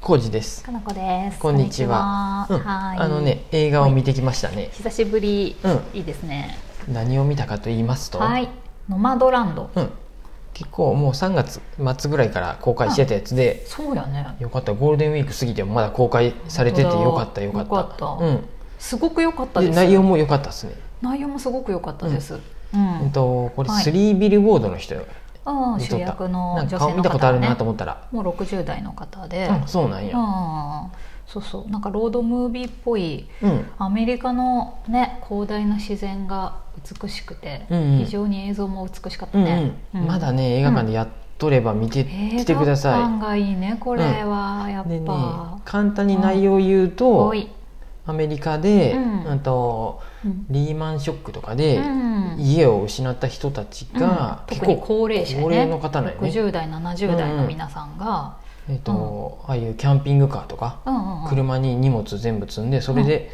コウジです。かなこです。こんにちは。こんうにんちははい。あのね、映画を見てきましたね。久しぶり、うんいいですね。何を見たかと言いますと、はい。ノマドランド。うん、結構もう3月末ぐらいから公開してたやつで、そうやね。よかった。ゴールデンウィーク過ぎてもまだ公開されてて本当だよかったよかった。よかったうすごく良かったん。でです。内容も良かったですね。内容もすごく良かったです。うん。えっとこれはいスリービルボードの人よ。ああ見主とった役のな女んか性の顔見方、ね、たことあるなと思ったら、もう60代の方で、うん、そうなんや。ああそうそうなんかロードムービーっぽいうん。アメリカのね広大な自然が美しくて、うんうん非常に映像も美しかったうん、うんね、うんまだね映画館でやっとれば見てきてくだ映画さ館がいいねこれは、やっい。でねぱ、簡単に内容を言うと、多い、アメリカで、うんうんとうんリーマンショックとかでうん家を失った人たちが、うん結特に構、高齢者、ね、高齢の方なんよね60代70代の皆さんが、えっとああいうキャンピングカーとか、うんうんうん車に荷物全部積んでそれで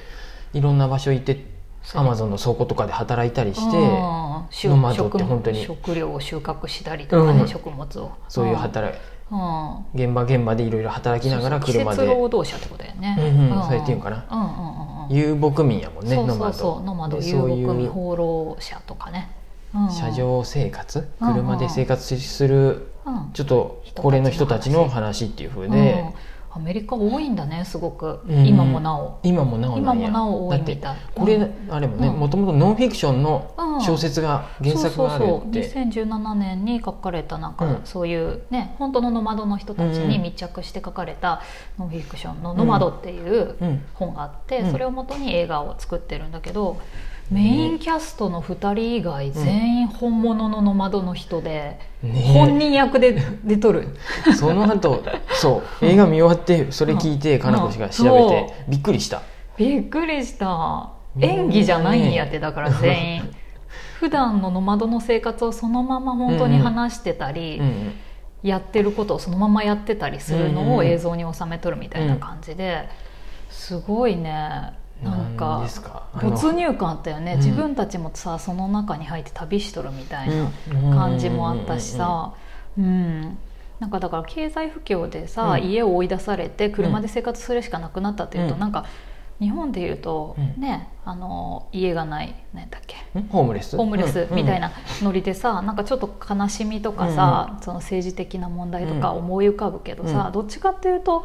いろんな場所行って、そうアマゾンの倉庫とかで働いたりして、うん収ノマドって本当に食食料を収穫したりとかね、うん食物をそういう働きうんうん現場現場でいろいろ働きながら車そうそう季節労で働者ってことだよね、うんうんそうやって言うんかなうんうんうんうん遊牧民やもんねそノうそマうそうドノマドで遊そうい牧民う放浪者とかね、うんうん車、上生活うんうん車で生活するうんちょっと高齢の人たちの話っていうふうで。うんアメリカ多いんだねすごく、うん今もなお今もなおな今んやもなお多いだみたっいてこれ、うんあれもねうんもともとノンフィクションの小説が原作があるそうそうっそうて2017年に書かれたなんか、うんそういうね本当のノマドの人たちに密着して書かれたノンフィクションの「ノマド」っていううん本があって、うんそれをもとに映画を作ってるんだけど、メインキャストの2人以外全員本物のノマドの人で、本ね人役で出とるえ その後そう映画見終わってそれ聞いてんかなこ氏が調うべんてびっくりしたびっくりした演技じゃないんやってだから 全員普段のノマドの生活をそのまま本当に話してたり、うんうんやってることをそのままやってたりするのうんうをん映像に収めとるみたいな感じで、すごいねなん何かですかあの没入感あったよね、うん自分たちもさその中に入って旅しとるみたいなうん感じもあったしさうんなんかだから経済不況でうさ、ん家を追い出されて車うんで生活するしかなくなったっていうと、うんなんか日本でいうと、うんねあの家がない何だっけんホームレスホームレスみたい、うんなノリでさなんかちょっと悲しみとかさ、その政治的な問題とかうん思い浮かぶけどさ、うんどっちかっていうと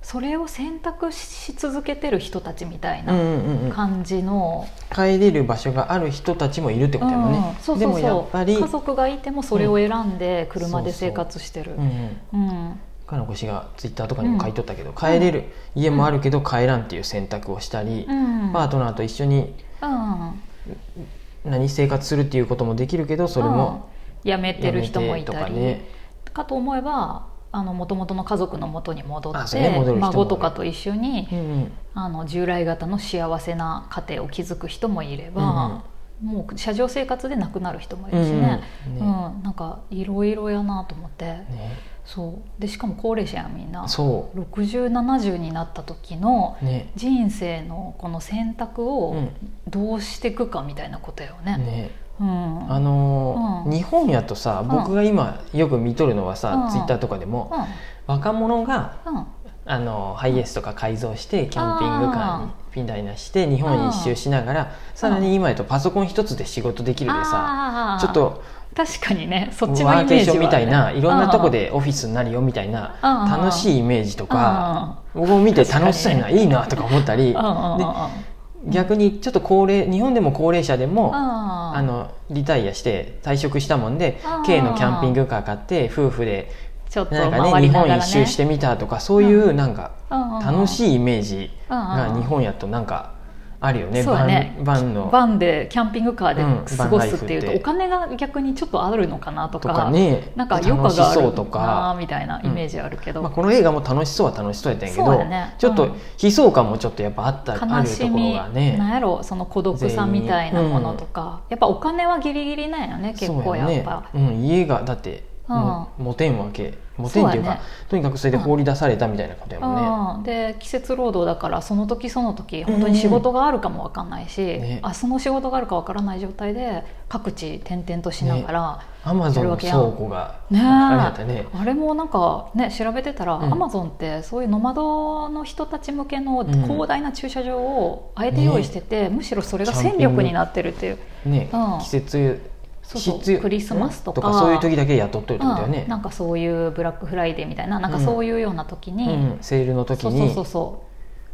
それを選択し続けてる人たちみたいうんうなんうんうん感じの、帰れる場所がある人たちもいるってことやもんうんね、そうでそもうやっそうぱり、家族がいてもそれを選んで車で生活してる。うんうん、うんかなこ氏がツイッターとかにも書いとったけど、帰れる家もあるけど帰らんっていう選択をしたり、うんパートナーと一緒にうん何生活するっていうこともできるけどそれもうんやめてる人もいたやめてとかり、ねかと思えばあの元々の家族の元に戻あっそて、うね戻る人も孫とかと一緒にうんうんあの従来型の幸せな家庭を築く人もいれば、もう車上生活で亡くなる人もいるしね,、ううんんうんなんかいろいろやなと思って、ねそうでしかも高齢者やんみんなそ6070になった時のうね人生のこの選択うをんどうしていくかみたいなことやよね。ねうんあのーうん日本やとさ僕が今よく見とるのはさ、うんツイッターとかでも若者がうんうんあのーハイエースとか改造してキャンピングカーにピンダイナして日本一周しながらさらに今やとパソコン一つで仕事できるでさあーちょっと確かにねそっちのワイーメケーージシはョンみたいなねいろんなとこでオフィスになるよみたいなうんうん楽しいイメージとかうん僕も見て楽しそうやないいなとか思ったりうんうんうんで逆にちょっと高齢日本でも高齢者でもああのリタイアして退職したもんであー軽のキャンピングカー買って夫婦でちょっとなん回りなかがらねね日本一周してみたとかそういうなんか楽いしいイメージが日で本やとなんかあるよねそうバだねンバンのバンでキャンピングカーで過ごすっていうと、うんお金が逆にちょっとあるのかなととかかねなんか余楽暇しがあるそのうとかかなみたいなイメージあるけど、まあ、この映画も楽しそうは楽しそうやったんやけそうど、だねうんちょっと悲壮感もちょっとやっぱあったあ悲るとしころみ、がなんねやろその孤独さみたいなものとか、やっぱお金はギリギリなんよね結そう構やっぱねうん、家がだってもうモテんわけモテんっていうかそうやねとにかくそれで放り出されたみたいなことやもんね。うんで季節労働だからその時その時本当に仕事があるかもわかんないし、うんね明日の仕事があるかわからない状態で各地転々としながら、アマゾンの倉庫がねえあれだったね。あれもなんかね調べてたら、うんアマゾンってそういうノマドの人たち向けのん広大な駐車場をあえて用意してて、むしろそれが戦キャンピ力ングになってるっていうね、うん季節そうそう必要クリスマスとかそういう時だけ雇っとるってことだようねん、なんかそういうブラックフライデーみたいななんかうんそういうような時うに、ん、セールの時そうそうにそうそ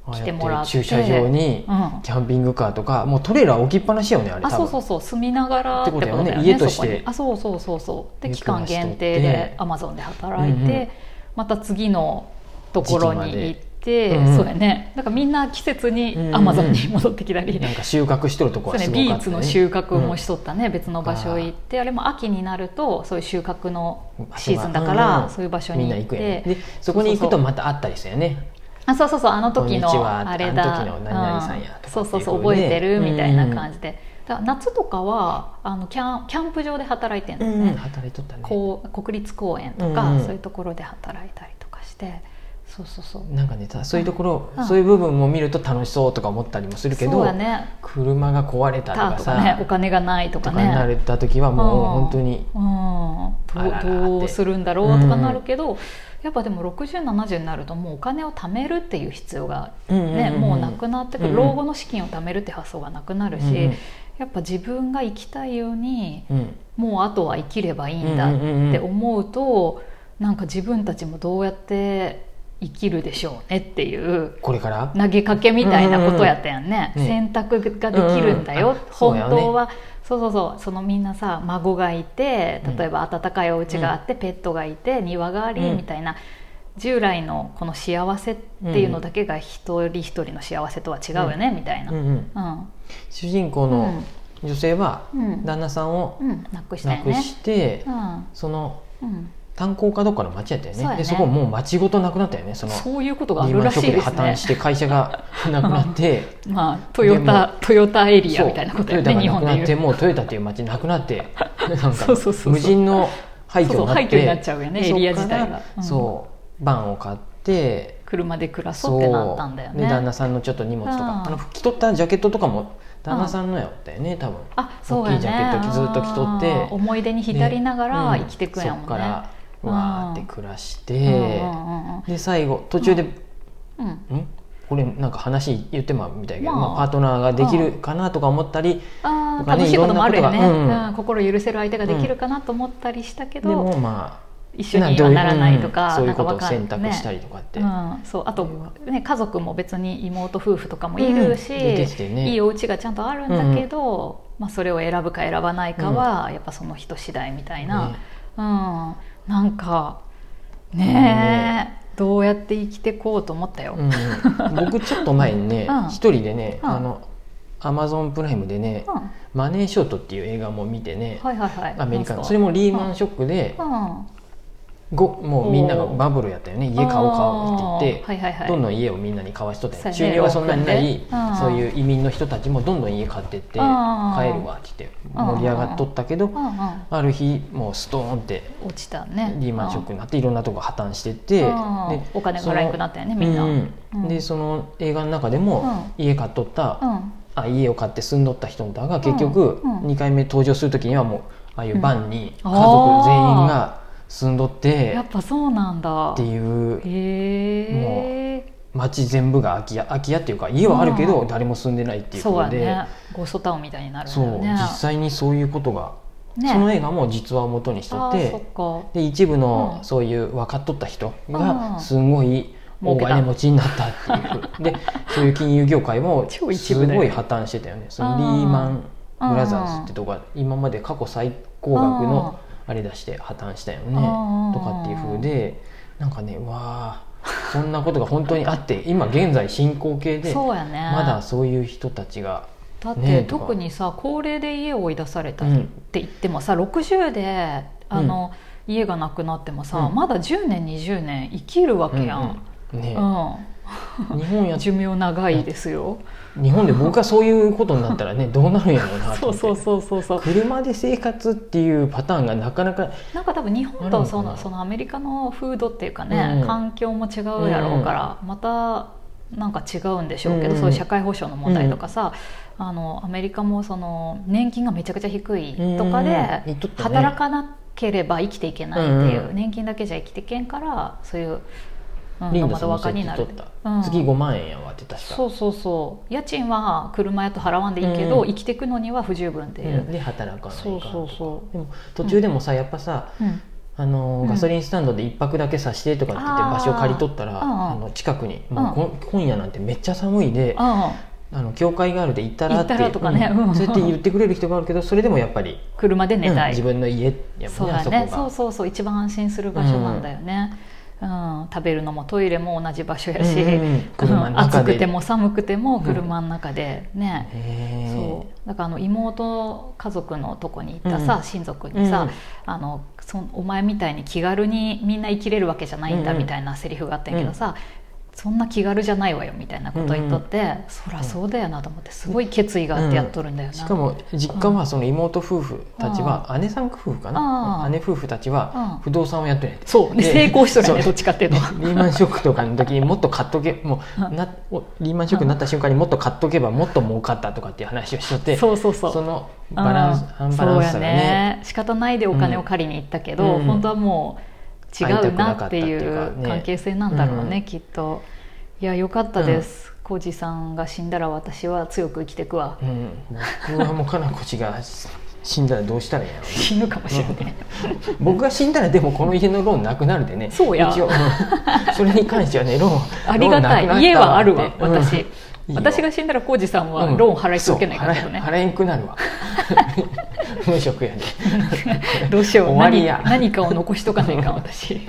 ああや来てもらって駐車場にう、うん、キャンピングカーとかもうトレーラー置きっぱなしよねあれあ多そう分そうそう住みながらってことだよってことだよねね家としてそこにあそうそうそうそうで家期間限暮ら定しとっでてアマゾンで働いて、うんうんまた次のところに時期ま行って、でうんうんそうやねだからみんな季節にうんうんアマゾンに戻ってきたり、なんか収穫しとるとこそはうねすごかった、ね、ビーツの収穫もしとったね、別の場所行ってあれも秋になるとそういう収穫のシーズンだから、うんそういう場所みにんな行っ行くてやねでそこに行くとまた会ったりするよねあそうそうそうあの時こんにちのはあれだあの時の何々さんやうとかっていうそうそうそうこと覚でえてるみたいな感じで、だから夏とかはあのキャンキャンプ場で働いてるんですね、働いとったねこう国立公園とか、うんうんそういうところで働いたりとかしてそうそうそうなんかねたそういうところ、うんそういう部分も見ると楽しそうとか思ったりもするけそうど、だね車が壊れたとタかーとさかねお金がないととかかになねった時はもう本当にうんあららってどうどうするんだろうとかなるけど、やっぱでも6070になるともうお金を貯めるっていう必要が、うんうんうんねもうなくなってくる、うん老後の資金を貯めるって発想がなくなるし、うんうんやっぱ自分が生きたいようにうんもうあとは生きればいいんうだんうんうんうんって思うと、なんか自分たちもどうやって生きるでしょうねっていうこれから投げかけみたいなことやったやんね,、うんうんうん選択ができるんだよ、うんうんあそう本やね当はそう,、そうそうそのみんなさ孫がいて例えば温かいお家があって、ペットがいて庭があり、うんみたいな従来のこの幸せっていうのだけが一人一人の幸せとは違うよね、みたいな、ううんんうん、主人公の女性はうん旦那さんをうんなくした亡よくね。して、うんそのうん炭鉱かどっかの町やったよねそうやねでそこもう町ごとなくなったよねそのそういうことがあリーるマらンシしョックでいで破す綻ねして会社がなくなってまあトヨでタトヨタ エリアそうみたいなことよトヨねタ日がな本くなでっていうもうトヨタっていう町なくなって なんかそうそうそうそう無人の廃墟になってそうそう廃墟になっちゃうよねでそっエリア自体がからうんそうバンを買って車で暮らそうってなったんだよそうでね旦那さんのちょっと荷物とうかんあの着とったジャケットとかも旦那さんのやったよね多分あそうや大きいねジャケットずっと着とってあー思い出に浸りながら生きていくんやもんねそっからわーって暮らしうんうんてうんで最後途中でうんうんんこれなんか話言ってまうみたいやけど、まあまあ、パートナーができるかなとか思ったり、あとーかね楽しいこともあるよねいろんなことがうん心許せる相手ができるかなと思ったりしたけでどもまあ一緒んにどうはうならないとかうんそういなうんかことわをかん選択したねりとかって、うん、そうあと、ね、家族も別に妹夫婦とかもいるし、うん出てきてねいいお家がちゃんとあるんだけど、まあ、それを選ぶか選ばないかは、やっぱその人次第みたいな、ねうん、なんかねえ、ねどうやって生きてこうと思ったよ。うんうん僕ちょっと前にねうん一人でね、うんあのアマゾンプライムでね、うんマネーショートっていう映画も見てね、はいはいはい、アメリカのそそれれも、もリーマンショックで、うん、ごもうみんながバブルやったよね家買おう買おうって言って、あーはいはいはいどんどん家をみんなに買わしとって、そうやね収入がそんなにない、ローン組んでうんそういう移民の人たちもどんどん家買ってって、帰うんるわって言って盛り上がっとったけど、うんうんある日もうストーンって落ちたねリーマンショックになっていろんなとこ破綻してて、うんでお金が払えなくなったよねみんな、ううんでその映画の中でも、家買っとった、うんあ家を買って住んどった人だが結局うんうん2回目登場する時にはもうああいうバンに家うん族全員が住んどって、やっぱそうなんだっていうへえ町全部が空き家空き家っていうか家はあるけどうん誰も住んでないっていうこそうとやで、ねゴーストタウンみたいになるんだそうよね実際にそういうことが、ねその映画も実話を元にしとっあてーそっかで一部のうんそういう分かっとった人うがんすごい大金持ちになったっていう、でそういう金融業界もす 超ご一部だよい破綻してたよねそのリーマン・ブラザーズってとこが今まで過去最高額のあれ出して破綻したよねうんとかっていう風でなんかねうわあそんなことが本当にあって今現在進行形でそまうやねだそういう人たちがだって、ねえとか特にさ高齢で家を追い出されたって言ってもさ、60であの、家がなくなってもさ、うんまだ10年20年生きるわけやん、うんうんねうん日本や寿命長いですよ日本で僕がそういうことになったらねどうなるんやろうなと そう思ってそうそうそうそう車で生活っていうパターンがなかなかなんか多分日本とそあるのかなのそのアメリカの風土っていうかね、うん環境も違うやろうから、またなんか違うんでしょうけど、うんそういう社会保障の問題とかさ、あのアメリカもその年金がめちゃくちゃ低いとかうでん言っとったね働かなければ生きていけないっていう、うんうん年金だけじゃ生きていけんからそういう、うん、リンダまさだんもそ若うに言なっとるっ。た、うん月5万円やわって確かそうそうそう家賃は車やと払わんでいいけど、うん生きていくのには不十分っていうう、んで働かないかそうそうそうでも途中でもさやっぱさ、うんあのうんガソリンスタンドで一泊だけさしてとかって言ってあー場所借りとったら、うんうんあの近くに、もうこ今夜なんてめっちゃ寒いで、あああの教会があるで行ったらって行ったらとかねうんうんそうやって言ってくれる人があるけどそれでもやっぱり、車 で寝うんたい、自分の家やっぱそうねだあそねこそうがそうそう一番安心する場所なんだよね、うん食べるのもトイレも同じ場所やし、うんうんうん車の中暑でくても寒くても車の中でね、へーそうだからあの妹家族のとこに行ったさ、うん親族にさ、うんあのそん「お前みたいに気軽にみんな生きれるわけじゃないんだ」うんうんみたいなセリフがあったんやけどさ、そんな気軽じゃないわよみたいなこと言っとって、そりゃそうだよなと思ってすごい決意があってやっとるんだよな、しかも実家はその妹夫婦たちは、姉さん夫婦かな、うん姉夫婦たちはうん不動産をやってるんやてそうでで成功しとるよねそどうっちかっていうと。リーマンショックとかの時にもっと買っとけもううんなおリーマンショックになった瞬間にもっと買っとけばもっと儲かったとかっていう話をしとってそうそうそうのバランスうアんンバランスそさうがやねね仕方ないでお金を借りに行ったけど、うん本当はもう違うなってい会いたくなかったっていううかね関係性なんだろうね、うんきっといや良かったです浩二、さんが死んだら私は強く生きてくわうん、僕はもうかなこちが死んだらどうしたらいいんやろ死ぬかもしれない、僕が死んだらでもこの家のローンなくなるでねそうや一応うんそれに関してはねローンありがたローンなくなったわい家はあるわってうん私、いよ私が死んだら浩二さんはうんローン払い続けないからそうね、払え払えんくな るわ無職やで、どうしよう終わりや何何かを残しとかない か私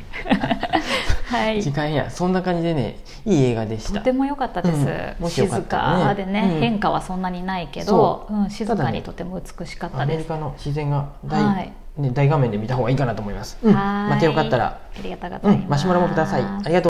はい時間やそんな感じでねいい映画でしとたても良かったです、うんもしよ静かったらねかでね、うん変化はそんなにないけそど、うん、静ただかねにとても美しかったアメでリす、カの自然が大,、はいね、大画面で見た方がいいかなと思います、うんはーいまたよかったら、ありがとうござういます、ん、マシュマロもくださいありがとう